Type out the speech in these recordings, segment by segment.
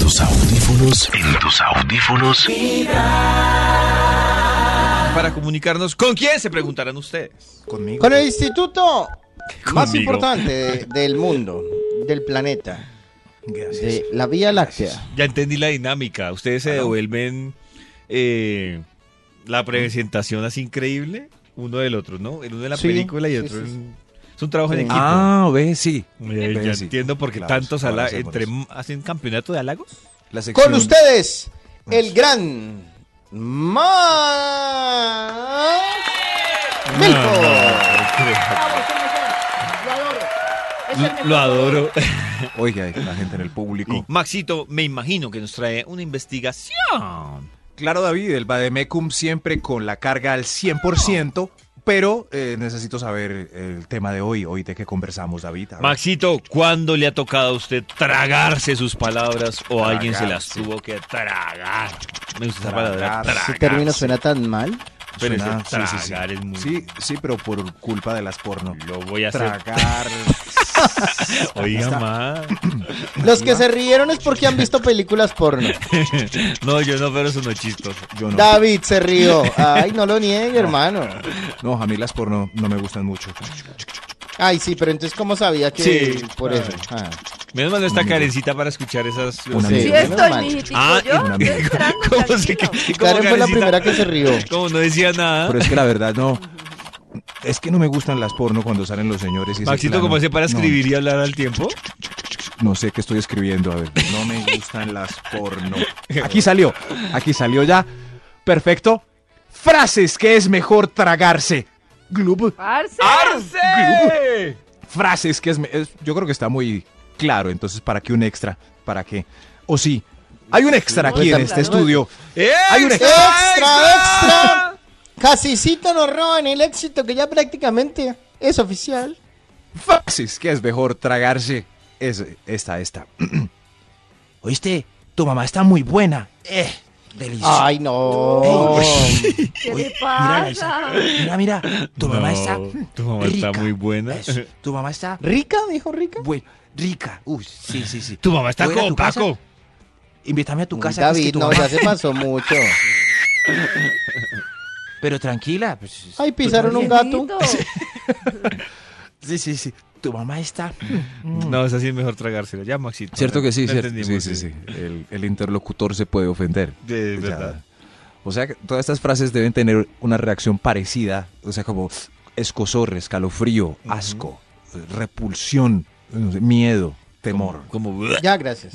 tus audífonos, en tus audífonos. Para comunicarnos con quién se preguntarán ustedes. Conmigo. Con el instituto más Conmigo. importante de- del mundo, del planeta, Gracias. de la Vía Láctea. Ya entendí la dinámica. Ustedes se devuelven eh, la presentación así increíble uno del otro, ¿no? El uno de la Sí, película y sí, otro sí, sí. en- es un trabajo en Sí. equipo. Ah, ve, sí. Eh, Ve, ya sí. entiendo por qué Claro, tantos ahora halagos. sí, por Entre, eso. ¿Hacen campeonato de halagos? La sección- Con ustedes, el gran Max Ah, Milko. Lo adoro. Oiga, hay la gente en el público. Maxito, me imagino que nos trae una investigación. Claro, David, el Bademecum siempre con la carga al 100%, pero eh, necesito saber el tema de hoy, hoy de qué conversamos, David. A ver. Maxito, ¿cuándo le ha tocado a usted tragarse sus palabras o alguien se las Tragarse. tuvo que tragar? Me gusta esa Tragarse. palabra. Ese Ese tragarse. término suena tan mal. Pero Suena- ese sí, sí, tragar sí. es muy- Sí, sí, pero por culpa de las porno. Lo voy a hacer. Tragar. Oiga, Está- más. Los que se rieron es porque han visto películas porno. No, yo no, pero eso no es chistoso. Yo no. David se rió. Ay, no lo niegue, hermano. No, a mí las porno no me gustan mucho. Ah. Ay, sí, pero entonces, ¿cómo sabía que Sí. por eso? Ah. Menos mal no está Karencita para escuchar esas... Una Sí, Sí, menos estoy, mal. mijitico, Ah, yo. una estoy entrando, ¿Cómo se tranquilo. que- cómo Karen fue la Karencita- primera que se rió. Como no decía nada. Pero es que la verdad no. Es que no me gustan las porno cuando salen los señores. Y ese Maxito, plano. ¿cómo hace para No, escribir y hablar al tiempo? No, sé qué estoy escribiendo. A ver, no me gustan las porno. Aquí salió. Aquí salió ya. Perfecto. Frases que es mejor tragarse. Glub. Parce. ¡Arce! Frases que es, me- es- Yo creo que está muy claro. Entonces, ¿para qué un extra? ¿Para qué? O sí. Hay un extra aquí en este estudio. Hay un ¡Extra, extra! Casicito nos roban el éxito que ya prácticamente es oficial. Faxis, que es mejor tragarse. Es esta, esta. ¿Oíste? Tu mamá está muy buena. Eh, deliciosa. Ay, no. ¿Qué Oye, le mira, pasa? Mira, mira. Tu mamá No, está. tu mamá está rica. muy buena. Eso, Tu mamá está. ¿Rica, dijo Rica? buen- rica. Uy, sí, sí, sí. Tu mamá está Voy a ir a como tu casa. Paco. Invítame a tu Uy, casa. que es que David, tu no, mamá- ya se pasó mucho. Pero tranquila. pues, Ay, pisaron un gato. Mijito, Sí, sí, sí. Tu mamá está. Mm. No, es así es mejor tragárselo. Ya, Maxito. Cierto que sí, Lo cierto. Sí, entendimos, sí, sí. El, el interlocutor se puede ofender. De Ya. verdad. O sea, que todas estas frases deben tener una reacción parecida. O sea, como escozor, escalofrío, asco, repulsión, no sé, miedo, temor. Como. Ya, gracias.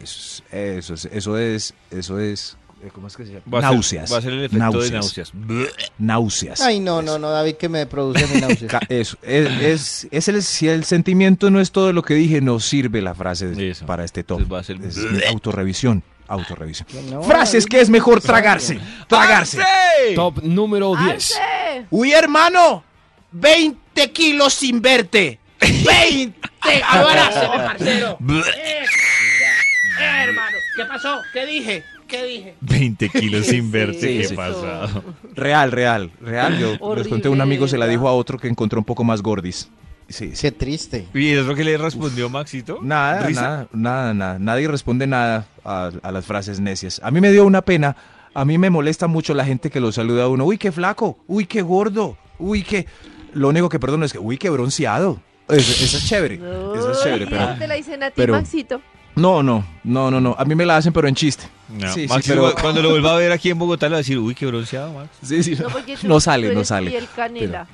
Eso es, eso es, eso es, eso es- eh, ¿Cómo es que se llama? Va a ser- náuseas. va a ser el efecto de náuseas. Náuseas. Ay, no, no, no, David, que me produce mi náusea. Ca- Eso, es, es, es el, si el sentimiento no es todo lo que dije, no sirve la frase de- Eso. para este top. Entonces va a ser- Es autorrevisión, autorrevisión. Ah, Que no, Ah, Frases David. que es mejor tragarse, tragarse. Top número 10. parce. Uy, hermano, 20 kilos sin verte. 20. Abrázame, parcero. Eh, hermano, ¿qué pasó? ¿Qué dije? ¿Qué dije? 20 kilos ¿Qué sin es verte. ¿Qué eso? pasa? Real, real, real. Yo les Horrible, conté a un amigo, se la ¿verdad? dijo a otro que encontró un poco más gordis. Sí, sí. Qué triste. ¿Y es lo que le respondió Maxito? Nada, ¿Risa? nada, nada, nada. Nadie responde nada a, a las frases necias. A mí me dio una pena. A mí me molesta mucho la gente que lo saluda a uno. Uy, qué flaco. Uy, qué gordo. Uy, qué. Lo único que perdono es que, uy, qué bronceado. Eso, eso es chévere. Eso es chévere, Ay, pero. ¿no te la dicen a ti, pero- Maxito? No, no, no, no, no. A mí me la hacen, pero en chiste. No, Sí, sí, Maxito, pero- cuando lo vuelva a ver aquí en Bogotá, le va a decir, uy, qué bronceado, Max. Sí, sí. No, porque tú- No tú sale, no eres sale. piel canela.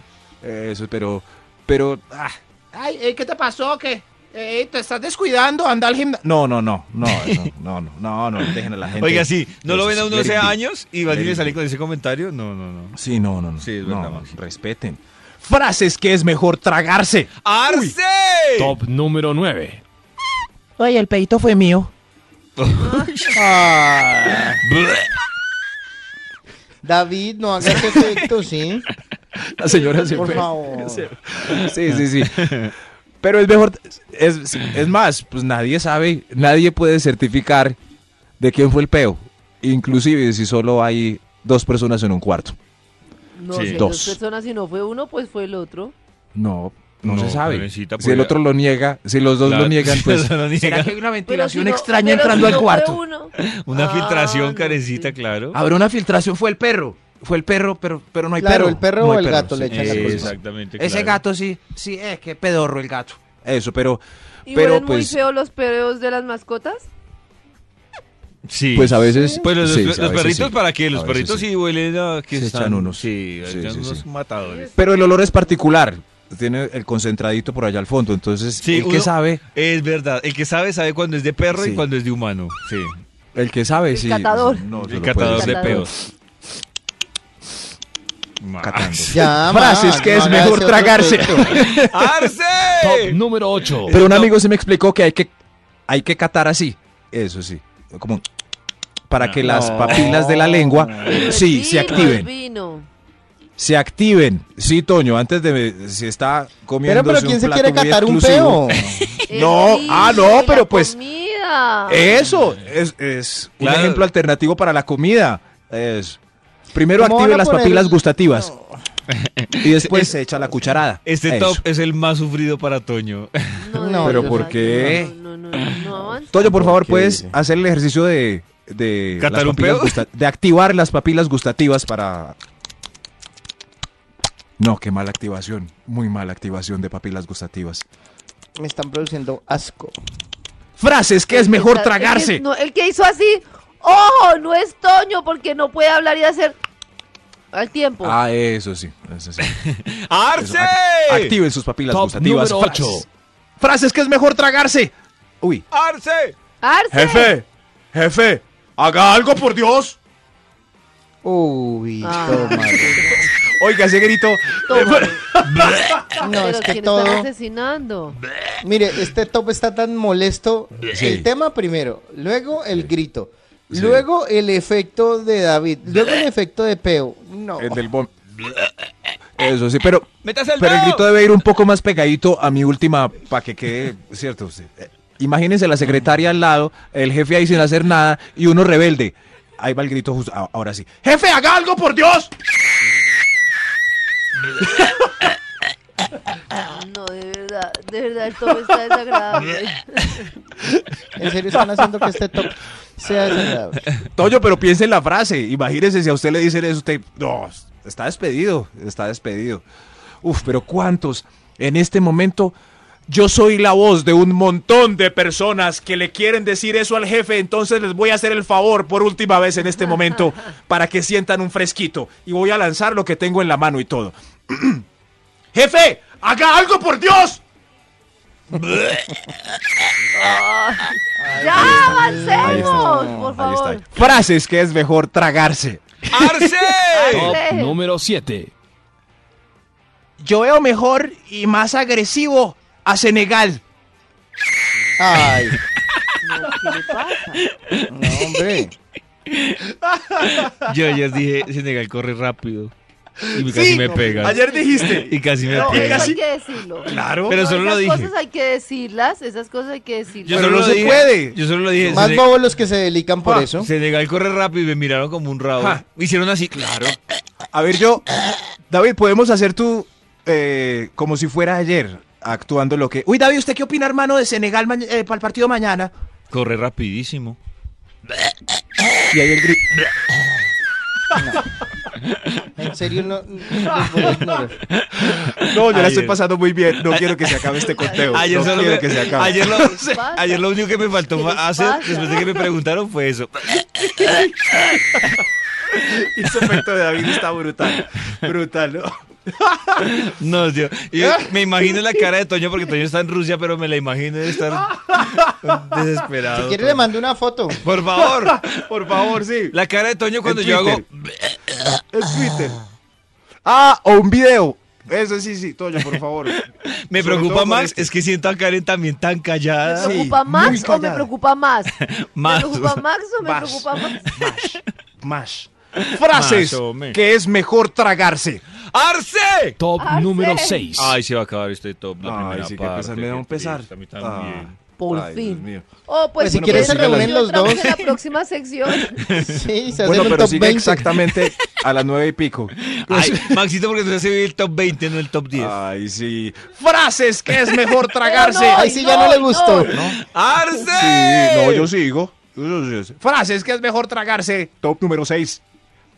Eso, pero, pero, ah, Ay, eh, ¿qué te pasó? ¿Qué? eh, te estás descuidando, anda al gimnasio. No, no, no, no, eso, no, no, no, no, dejen a la gente. Oiga, sí, no lo Eso ven a es uno hace let it be. años y van y Let le it be. salen con ese comentario. No, no, no. Sí, no, no, no. Sí, es no, verdad, Maxi. respeten. Frases que es mejor tragarse. ¡Arce! Top número 9. Oye, el peito fue mío. Ah. David, no hagas efecto, ¿sí? La señora se Por fue. favor. pues. Sí, sí, sí. Pero es mejor, es, es más, pues nadie sabe, nadie puede certificar de quién fue el peo. Inclusive si solo hay dos personas en un cuarto. No, Sí. si Dos. dos personas, si no fue uno, pues fue el otro. No, No, No, se sabe. Si Karencita, el pues, otro lo niega, si los dos lo Claro, niegan, pues. lo niegan. ¿Será que hay una Pero ventilación si no- extraña pero entrando al si no fue cuarto? uno. Una Ah, filtración, no, carecita, claro. Habrá una filtración, fue el perro. Fue el perro, pero, pero no hay Claro, perro. el perro No o hay el gato le sí. echan la Eh, culpa. Exactamente. Ese claro. gato sí, sí, es que pedorro el gato. Eso, pero, ¿Y pero huelen muy pues, feo los perros de las mascotas? Sí. pues a veces. Pues los, sí, los a veces perritos, sí. ¿para qué? Los A veces perritos sí. sí, huelen a que Se están, echan unos. Sí, Sí, echan sí, unos sí. matadores. Pero el olor es particular. Tiene el concentradito por allá al fondo. Entonces, Sí, el que uno- sabe, Es verdad. El que sabe, sabe cuando es de perro Sí. y cuando es de humano. Sí. el que sabe, El sí. catador. no se el lo catador puede de Catador. peos. Catando. Pues Ya, Frases ma, que no es haga ese mejor otro tragarse. cuento. Top ¡Arce! número 8. Pero un amigo sí me explicó que hay que, hay que catar así. Eso sí. Como para que las No. papilas de la lengua Pero el sí vino, se el activen. vino. Se activen. Sí, Toño, antes de si está comiendo Pero, pero ¿quién se quiere catar un peo? El No, vino ah, y no, la pero pues- eh, comida. Eso es, es un Ah. Claro. ejemplo alternativo para la comida. Es, primero ¿Cómo van active a las poner papilas el- gustativas y después Es- se echa la cucharada. Este Eso. top es el más sufrido para Toño. No, No, de pero verdad, ¿por no, qué? No, no, no, no avanza. Toño, por favor, Ok. puedes hacer el ejercicio de de, las ¿Catar un papilas pedo? gusta- de activar las papilas gustativas para No, qué mala activación, muy mala activación de papilas gustativas. Me están produciendo asco. Frases que es mejor Esa- El tragarse. que, no, el que hizo así, ¡ojo! No es Toño porque no puede hablar y hacer al tiempo. Ah, eso sí, eso sí. ¡Arce! Ac- Activen sus papilas Top gustativas. número ocho. Frases. Ah. Frases que es mejor tragarse. Uy. ¡Arce! Arce. jefe, haga algo por Dios. Uy, Ah. toma. Oiga, ese grito. Toma. No, Pero es que ¿quién están todo. asesinando? Mire, este top está tan molesto. Sí. El tema primero, luego el grito, Sí. luego el efecto de David, luego el efecto de Peo. No. El del bom- Eso sí, pero, ¡Métase el pero el dedo! grito debe ir un poco más pegadito a mi última para que quede cierto. sí. Eh, Imagínense la secretaria al lado, el jefe ahí sin hacer nada y uno rebelde. Ahí va el grito justo. a- Ahora sí. Jefe, haga algo por Dios. No, de verdad, de verdad, el todo está desagradable. En serio están haciendo que este top sea desagradable. Toño, pero piense en la frase. Imagínese si a usted le dicen eso, usted. No, está despedido, está despedido. Uf, pero ¿cuántos? En este momento, yo soy la voz de un montón de personas que le quieren decir eso al jefe, entonces les voy a hacer el favor por última vez en este momento para que sientan un fresquito. Y voy a lanzar lo que tengo en la mano y todo. ¡Jefe! ¡Haga algo por Dios! ¡Ya, Ahí avancemos! está. Por Ahí está. favor. Frases que es mejor tragarse. ¡Arce! Top Arce. número 7. Yo veo mejor y más agresivo a Senegal. Ay, No, ¿Qué le pasa? no, hombre. Yo ayer dije, Senegal corre rápido. Y casi me pega. Ayer dijiste. Y casi me No, pega. eso casi- hay que decirlo. Claro. Pero No, solo esas lo dije. cosas hay que decirlas, esas cosas hay que decirlas. Yo Pero solo no lo se dije- puede. Yo solo lo dije. Más Sene- bobos los que se dedican por Ah, eso. Senegal corre rápido y me miraron como un rabo. Ja. Hicieron así, claro. A ver, yo. David, podemos hacer tú eh, como si fuera ayer, actuando lo que. Uy, David, ¿usted qué opina, hermano, de Senegal para el partido mañana? Corre rapidísimo. Y ahí el grito. En serio, no. los voy a ignorar. No, yo la estoy Ayer. pasando muy bien. No quiero que se acabe este conteo. Ayer, no solo quiero me- que se acabe. ayer lo, ¿Qué pasa? ayer lo único que me faltó ¿Qué les ma- hacer pasa? después de que me preguntaron fue eso. Ese efecto de David está brutal. Brutal, ¿no? No, yo, ¿Eh? yo me imagino la cara de Toño porque Toño está en Rusia, pero me la imagino de estar desesperado. Si quiere, le mando una foto. Por favor, Por favor, sí. la cara de Toño cuando En yo hago Twitter. Es Twitter. Ah, o un video. Eso sí, sí, Toño, por favor. Sobre me todo preocupa con más este. es que siento a Karen también tan ¿Me callada. Sí, preocupa muy Max o me callada. preocupa más? Más. ¿Me preocupa Max o me Más. preocupa más? Mash. Mash. Frases Mash, hombre. que es mejor tragarse. ¡Arce! Top Arce. número 6. Ah. Ay, se va a acabar este top, la Ay, primera sí, qué parte. pesar, Ah. me da un qué triste, pesar. a mí también. Por Ay, Dios fin. mío. Oh, pues, Pues si ¿por quieres qué se no reúnen lo los traes dos. en la próxima sección. Sí, se Bueno, hacen un pero top sigue 20. exactamente a las nueve y pico. Pues, Ay, Ah. Maxito, porque tú se vive el top 20, no el top 10. Ay, sí. Frases que es mejor tragarse. Pero Ahí sí ya no No, le gustó. ¡Arce! Sí, no, yo sigo. Yo sigo. Frases que es mejor tragarse. Top número 6.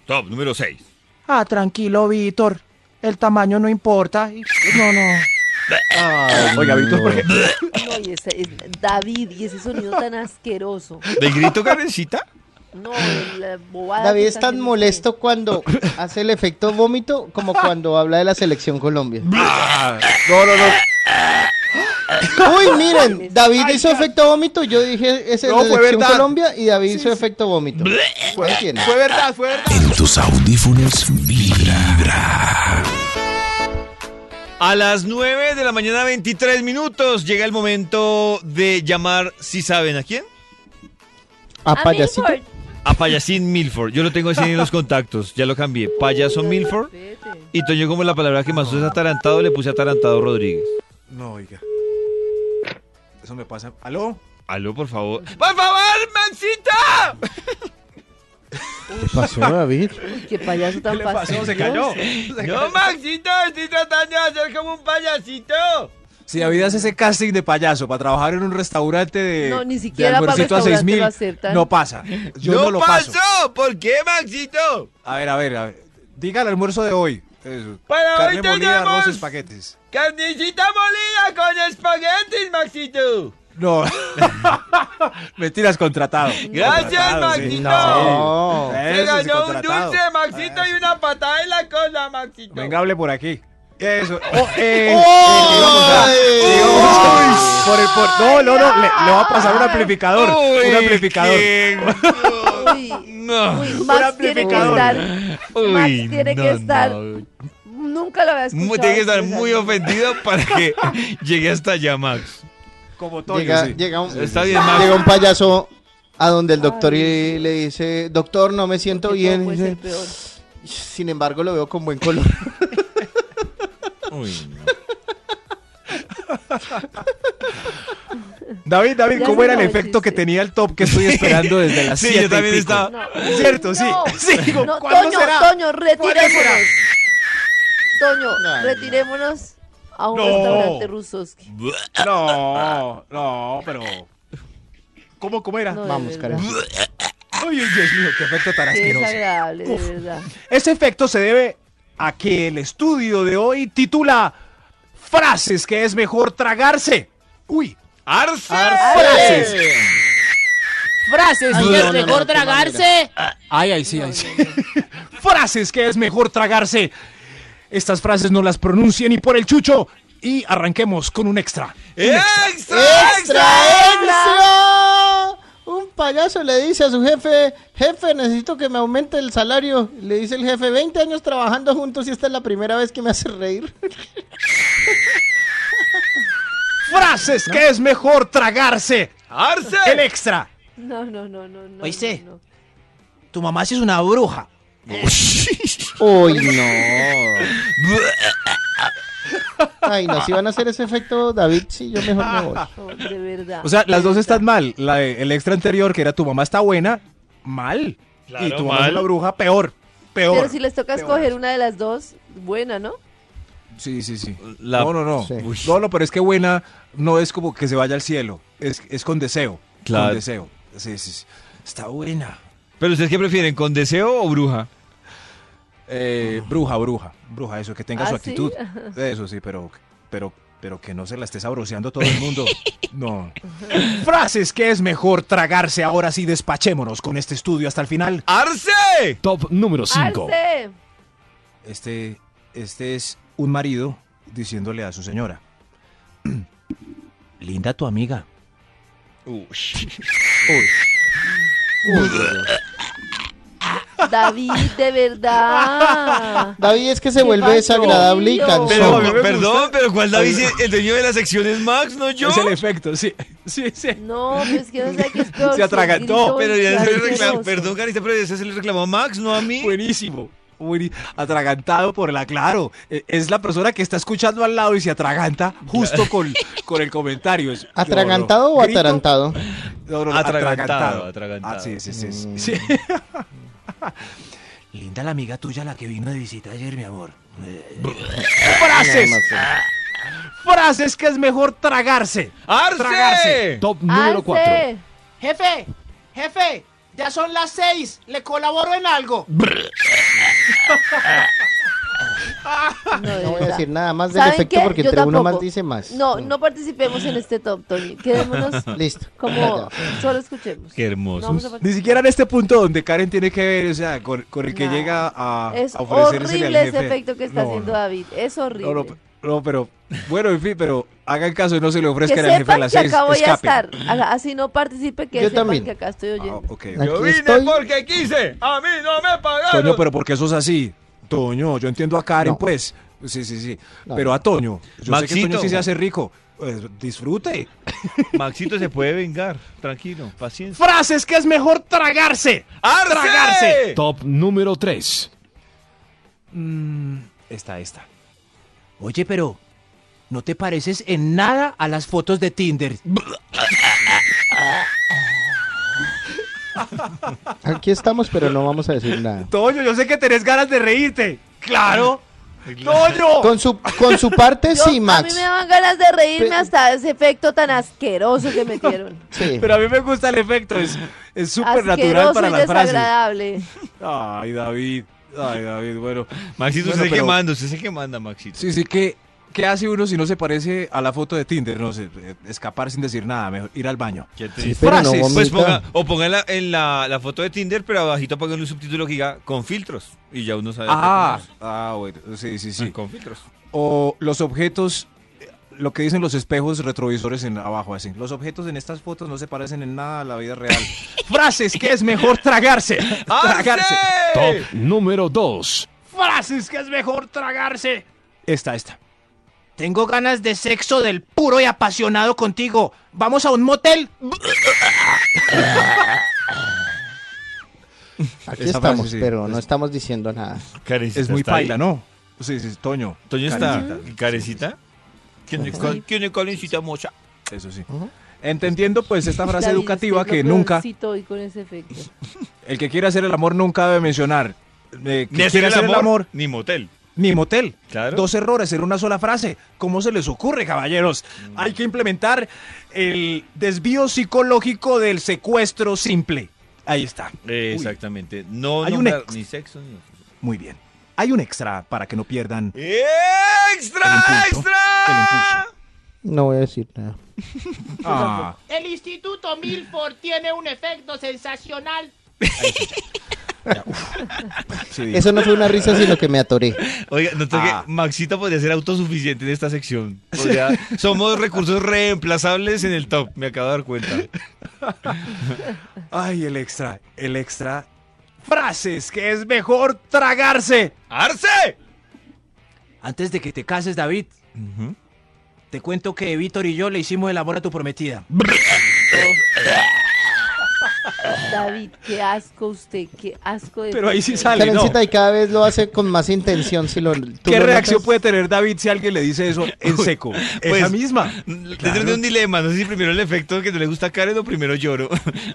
Top número 6. Ah, tranquilo, Víctor. El tamaño no importa. Y- No, no. Oiga, Víctor, ¿por qué? No, y ese, es- David, y ese sonido tan asqueroso. ¿Del grito Karencita? No, de la bobada. David que es está tan haciendo molesto cuando hace el efecto vómito como cuando habla de la selección Colombia. No, no, no. Uy, miren, David hizo efecto vómito, yo dije ese No, de fue selección verdad. Colombia y David hizo efecto vómito. ¿Me entiendes? Fue verdad, fue verdad. En tus audífonos vibra. A las 9 de la mañana, 23 minutos, llega el momento de llamar, si saben a quién, A A Ah, payasito. Milford. a Payasín Milford. Yo lo tengo así en los contactos, ya lo cambié. Payaso Milford. Vete. Y Toño, como la palabra que más usa atarantado, le puse atarantado Rodríguez. No, oiga. Eso me pasa. ¿Aló? Aló, por favor. ¡Por favor, Maxita! ¿Qué pasó, David? Uy, qué payaso tan ¿Qué le pasó? Se fastidioso. cayó. Se No, Maxita, estoy tratando de hacer como un payasito. Si David hace ese casting de payaso para trabajar en un restaurante de, No, ni de siquiera para almuercito a restaurante 6000, lo aceptan. no pasa. Yo no, lo pasó! paso. ¿Por qué, Maxito? A ver, a ver, a ver. Diga el almuerzo de hoy. Eso. Para hoy Carne molida, tenemos- arroces, paquetes. ¡Carnicita molida con espaguetis, Maxito! No. Mentiras, contratado. Gracias, Contratado, sí. Maxito. No. Sí. Eso sí, contratado. y una patada en la cola, Maxito. Venga, hable por aquí. Eso. Oh, eh, ¡Ay! eh, que íbamos a- íbamos a- por el- por- no, no, no. Le, le va a pasar un amplificador. Uy, un amplificador. qué- Uy, No. uy, Max tiene que estar. Uy, Max tiene no, que estar. no. Nunca lo había escuchado. pues, Muy- Tiene que estar muy expresarse. ofendido para que llegue hasta allá, Max. Como Toño, Llega, sí. llega un, Está bien, Max. llega un payaso a donde el doctor y le dice, doctor, no me siento Porque bien. todo puede Dice, ser peor. Sin embargo, lo veo con buen color. Uy, David, David, Ya ¿cómo se era el acabó el efecto que chiste. tenía el top que estoy esperando desde las Sí, 7? yo también estaba. No. Cierto, Uy, sí. no. Sí, digo, No, ¿cuándo Toño, será? Toño, retirémonos. será? Toño, Ay, retirémonos a un No. restaurante Rusoski. No, no, pero. ¿Cómo, cómo era? No, de Vamos, verdad. carajo. Ay, Dios mío, qué efecto tan Qué asqueroso. desagradable, de verdad. Ese efecto se debe a que el estudio de hoy titula Frases que es mejor tragarse. Uy, ¡Arce! frases. Frases, Ay, ¿y no, es no, no, mejor no, qué tragarse. Ay, ay, sí, ay, sí. Frases que es mejor tragarse. Estas frases no las pronuncien ni por el chucho. Y arranquemos con un extra. ¡Extra, extra! extra! Un payaso le dice a su jefe, jefe, necesito que me aumente el salario. Le dice el jefe, 20 años trabajando juntos y esta es la primera vez que me hace reír. Frases que es mejor tragarse. El ¡Arce! extra. No, no, no, no, no. Oíste. no, no. Tu mamá sí es una bruja. Uy, no. Ay, no, si van a hacer ese efecto, David, sí, yo mejor me voy. No, de verdad. O sea, las dos De están verdad. mal. La de- el extra anterior, que era tu mamá está buena, mal. Claro, y tu mamá mal. es una bruja, peor. Peor. Pero si les toca escoger una de las dos, buena, ¿no? Sí, sí, sí. La- No, no, no. Sí. Uy. No, no, pero es que buena no es como que se vaya al cielo. Es, es con deseo. Claro. Con deseo. Sí, sí, sí. Está buena. ¿Pero ustedes qué prefieren, con deseo o bruja? Eh, bruja, bruja. Bruja, eso, que tenga ¿Ah, su sí? actitud. Eso sí, pero, pero, pero que no se la esté sabroseando todo el mundo. No. Frases que es mejor tragarse. Ahora sí, despachémonos con este estudio hasta el final. ¡Arce! Top número 5. Arce. Este, este es un marido diciéndole a su señora. Linda tu amiga. David, de verdad. David es que se ¿Qué vuelve pasó? desagradable y cansón. Pero, a mí me perdón, gusta- pero ¿cuál David es el dueño de las secciones Max, no yo? Es el efecto, sí. Sí, sí. No, pero es que no sé qué es peor. Se si el atragantó, grito Oh, Pero y ya la se le reclamó, asqueroso. perdón, Carita, pero ya se le reclamó a Max, no a mí. Buenísimo. Bueni- atragantado por la, claro. e- Es la persona que está escuchando al lado y se atraganta justo con, con el comentario. Es- no, no. ¿Atragantado o Grito- atarantado? no, no, no, Atragantado, Ah, atragantado. sí, sí, sí. sí, Mm. sí. Linda la amiga tuya, la que vino de visita ayer, mi amor. Eh. frases, frases que es mejor tragarse. ¡Arce! Top número 4. Arce, Jefe, jefe, ya son las seis. ¿Le colaboro en algo? No, de No voy a verdad. decir nada más del ¿Saben efecto qué? porque Yo entre uno más tampoco. dice más. Mm. No, no participemos en este top, Tony. Quedémonos Listo. como solo escuchemos. Qué hermoso. Vamos a participar. Ni siquiera en este punto donde Karen tiene que ver, o sea, con, con el que No. llega a, Es a ofrecérsele al horrible ese jefe. efecto que está No, haciendo no. David. Es horrible. No, no, pe- no, pero bueno, en fin, pero hagan caso y no se le que ofrezcan al jefe a sepan las que seis. acá voy a escapen. estar. A- Así no participe, que Yo sepan también. que acá estoy Ah, oyendo. ok, ok. Aquí Yo vine estoy. porque quise. A mí no me pagaron. Toño, pero porque eso es así. Toño, yo entiendo a Karen, No. pues. Sí, sí, sí. No. Pero a Toño, yo sé que Maxito. Toño sí se hace rico. Pues, disfrute. Maxito se puede vengar. Tranquilo, paciencia. Frases que es mejor tragarse. ¡Arce! Tragarse. Top número 3. Mm, Esta, esta. Oye, pero no te pareces en nada a las fotos de Tinder. Aquí estamos, pero no vamos a decir nada. Toño, yo sé que tenés ganas de reírte. ¡Claro! ¡Toño! Con su, con su parte Yo- Pues sí, A Max. mí me daban ganas de reírme Pe- hasta ese efecto tan asqueroso que metieron. Sí. Pero a mí me gusta el efecto, es es súper natural asqueroso para y las frases. desagradable. Ay, David. Ay, David, bueno. Maxito, Bueno, usted pero- se manda, usted se que manda, Maxito. Sí, sí, ¿qué, ¿qué hace uno si no se parece a la foto de Tinder? No sé, eh, escapar sin decir nada, mejor ir al baño. ¿Qué te Sí, dice? pero no Este, frases, Pues ponga, vomita. o ponga en, la, en la, la foto de Tinder, pero abajito ponga un subtítulo que diga con filtros. Y ya uno sabe. Ah, ah, bueno, sí, sí, qué poner. sí. Con filtros. O los objetos, eh, lo que dicen los espejos retrovisores en abajo, así. Los objetos en estas fotos no se parecen en nada a la vida real. Frases que es mejor tragarse. tragarse. Top número 2. Frases que es mejor tragarse. Esta, esta. Tengo ganas de sexo del puro y apasionado contigo. ¿Vamos a un motel? Aquí Esa estamos, frase sí. pero no estamos diciendo nada. Karencita Es muy está ahí. paila, ¿no? Sí, sí, Toño. Toño está. Karencita. Karencita. ¿Quién es Col- quién es Karencita Mocha? Eso sí. Entendiendo pues esta frase David, educativa usted es que lo nunca, peorcito hoy con ese efecto. el que quiere hacer el amor nunca debe mencionar. eh, que Ni hacer quiere el amor, ni motel. ni motel. Claro. Dos errores en una sola frase. ¿Cómo se les ocurre, caballeros? Mm. Hay que implementar el desvío psicológico del secuestro simple. Ahí está. Eh, Uy, Exactamente. No Hay un nombrar ex. ni sexo ni Muy bien. Hay un extra para que no pierdan ¡Extra! El impulso, ¡Extra! No voy a decir nada. Ah, El Instituto Milford tiene un efecto sensacional. sí, dijo. Eso no fue una risa, sino que me atoré. Oiga, no toque, Ah. Maxita podría ser autosuficiente en esta sección. Podría- somos recursos reemplazables en el top, me acabo de dar cuenta. Ay, el extra, el extra. Frases que es mejor tragarse. ¡Arce! Antes de que te cases, David, te cuento que Víctor y yo le hicimos el amor a tu prometida. David, qué asco usted, qué asco de Pero ahí sí sale, ¿no? Karencita, y cada vez lo hace con más intención. Si lo, ¿tú ¿Qué lo reacción notas? puede tener David si alguien le dice eso en seco? Esa pues, misma. Te Claro. tiene un dilema, no sé si primero el efecto que no le gusta a Karen o primero lloro.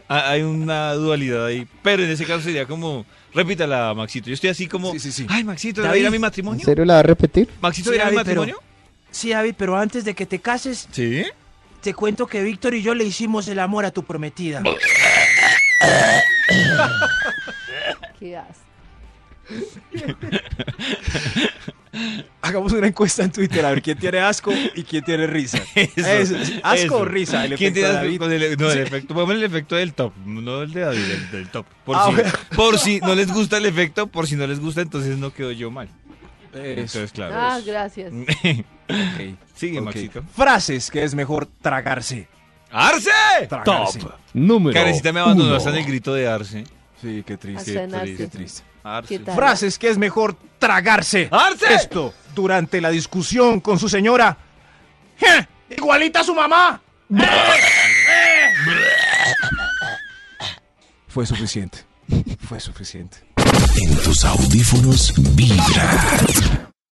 Ah, Hay una dualidad ahí. Pero en ese caso sería como, repítala, Maxito. Yo estoy así como, Sí, sí, sí. ay, Maxito, ¿debería David, ir a mi ¿En matrimonio? serio la va a repetir? ¿Maxito Sí, dirá mi David, pero- matrimonio? Sí, David, pero antes de que te cases, Sí. te cuento que Víctor y yo le hicimos el amor a tu prometida. Qué asco. Hagamos una encuesta en Twitter a ver quién tiene asco y quién tiene risa. Eso, Eso, asco eso. o risa. El ¿Quién efecto tiene David. con el, no, el efecto, pongámosle el efecto del top, no el de David, el del top. Por, Ah, si, bueno. por si no les gusta el efecto, por si no les gusta, entonces no quedo yo mal. Entonces, claro. Ah, gracias. Ok, Sigue, ok. Maxito. Frases que es mejor tragarse. ¡Arce! Tragarse. Top número Karencita me abandonó uno. hasta en el grito de Arce. Sí, qué triste. Hasta en Qué Arce. triste. Arce. ¿Qué tal? Frases que es mejor tragarse. ¡Arce! Esto durante la discusión con su señora. ¡Ja! ¡Igualita a su mamá! ¡Eh! Fue suficiente. Fue suficiente. En tus audífonos vibra.